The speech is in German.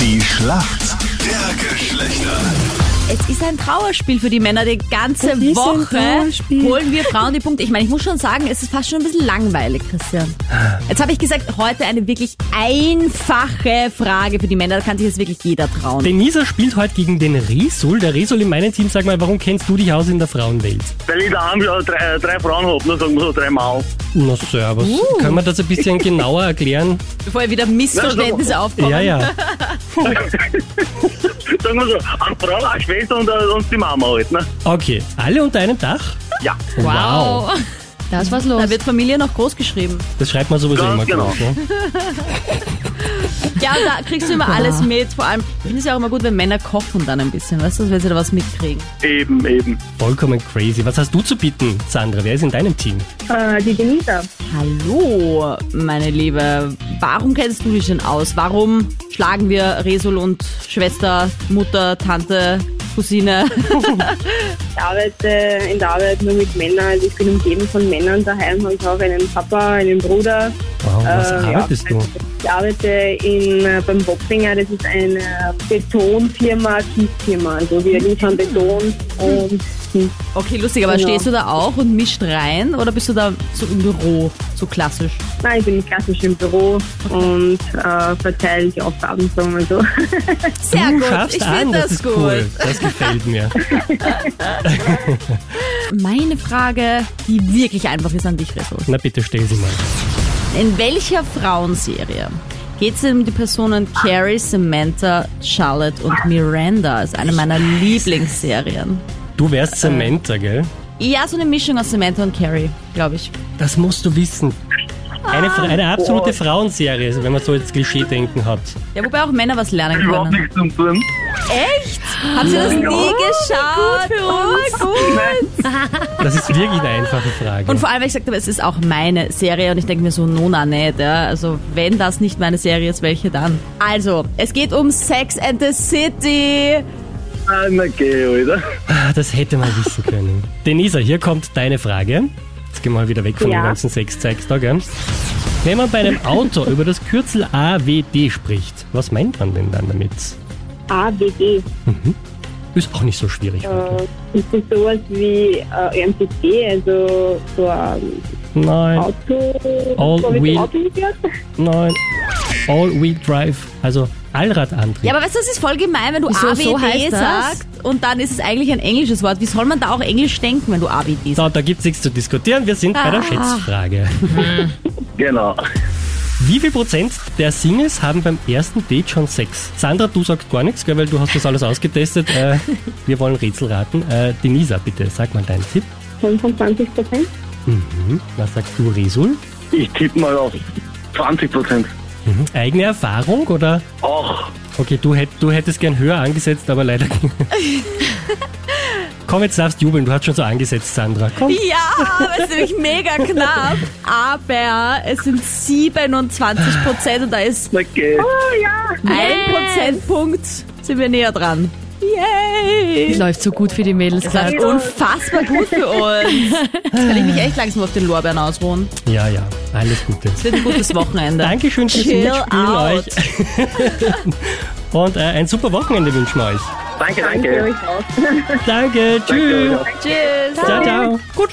Die Schlacht der Geschlechter. Es ist ein Trauerspiel für die Männer. Die ganze Es ist ein Woche Trauerspiel. holen wir Frauen die Punkte. Ich meine, ich muss schon sagen, es ist fast schon ein bisschen langweilig, Christian. Jetzt habe ich gesagt, heute eine wirklich einfache Frage für die Männer. Da kann sich jetzt wirklich jeder trauen. Denisa spielt heute gegen den Resul. Der Resul in meinem Team, sag mal, warum kennst du dich aus in der Frauenwelt? Weil ich daheim ja drei, drei Frauen hab, ne, sagen wir so dreimal. Na, Servus. Können wir das ein bisschen genauer erklären? Bevor ihr wieder Missverständnisse aufkommen. Ja, ja. Sagen wir so, eine Frau, eine Schwester und, äh, und die Mama halt, ne? Okay, alle unter einem Dach? Ja. Wow. Da ist was los. Da wird Familie noch groß geschrieben. Das schreibt man sowieso Ganz immer genau. groß, ne? Ja, und da kriegst du immer alles mit. Vor allem, ich finde es ja auch immer gut, wenn Männer kochen dann ein bisschen. Weißt du, wenn sie da was mitkriegen. Eben, eben. Vollkommen crazy. Was hast du zu bieten, Sandra? Wer ist in deinem Team? Äh, die Denisa. Hallo, meine Liebe. Warum kennst du dich denn aus? Warum schlagen wir Resul und Schwester, Mutter, Tante, Cousine? Ich arbeite in der Arbeit nur mit Männern. Also ich bin umgeben von Männern daheim. Habe ich auch einen Papa, einen Bruder. Wow, was Äh, arbeitest ja. du? Ich arbeite in, äh, beim Bopfinger. Das ist eine Betonfirma, Kiesfirma. Also wir liefern Beton und Kies. Okay, lustig, aber Genau. stehst du da auch und mischt rein oder bist du da so im Büro, so klassisch? Nein, ich bin klassisch im Büro und äh, verteile die Aufgaben, sagen wir mal so. Sehr du gut, schaffst ich an, finde das, das ist gut. cool. Das gefällt mir. Meine Frage, die wirklich einfach ist an dich, Resul. Na bitte, stell sie mal. In welcher Frauenserie geht es um die Personen Carrie, Samantha, Charlotte und Miranda? Ist eine meiner Lieblingsserien. Du wärst Samantha, gell? Ja, so eine Mischung aus Samantha und Carrie, glaube ich. Das musst du wissen. Eine, Fra- eine absolute Frauenserie, also wenn man so jetzt Klischee-Denken hat. Ja, wobei auch Männer was lernen Überhaupt können. nichts zum Tun. Echt? Habt ihr das nie geschaut? Oh, gut. Das ist wirklich eine einfache Frage. Und vor allem, weil ich gesagt habe, es ist auch meine Serie und ich denke mir so, nona, nicht. Ja? Also, wenn das nicht meine Serie ist, welche dann? Also, es geht um Sex and the City. Ah, na geh, Alter. Ah, das hätte man wissen können. Denisa, hier kommt deine Frage. Jetzt gehen wir mal wieder weg von Ja. dem ganzen Sexzeugs da, gell? Wenn man bei einem Auto über das Kürzel AWD spricht, was meint man denn dann damit? ABG. Ist auch nicht so schwierig. Äh, ist das sowas wie äh, MCC, also so ein Nein, Auto, All wo mit wheel. dem Auto fährt? nein. All-Wheel Drive, also Allradantrieb. Ja, aber weißt du, das ist voll gemein, wenn du Wieso, AWD so heißt das? sagst und dann ist es eigentlich ein englisches Wort. Wie soll man da auch Englisch denken, wenn du AWD sagst? so, da gibt's nichts zu diskutieren. Wir sind bei der Ah. Schätzfrage. Genau. Wie viel Prozent der Singles haben beim ersten Date schon Sex? Sandra, du sagst gar nichts, gell, weil du hast das alles ausgetestet. Äh, wir wollen Rätsel raten. Äh, Denisa, bitte, sag mal deinen Tipp. 25 Prozent? Was sagst du, Resul? Ich tippe mal auf 20 Prozent. Eigene Erfahrung oder? Auch. Okay, du, hätt, du hättest gern höher angesetzt, aber leider. Komm, jetzt darfst jubeln, du hast schon so angesetzt, Sandra. Komm. Ja, aber es ist nämlich mega knapp. Aber es sind 27 Prozent und da ist Na geh. ein Prozentpunkt sind wir näher dran. Yay! Es läuft so gut für die Mädels Das läuft gerade. unfassbar gut für uns. Jetzt kann ich mich echt langsam auf den Lorbeeren ausruhen. Ja, ja, alles Gute. Es wird ein gutes Wochenende. Dankeschön fürs Chill Mitspielen out. euch. Und äh, ein super Wochenende wünschen wir euch. Danke, Danke danke. euch auch. Danke, tschüss. Tschüss. Ciao, ciao. Gut.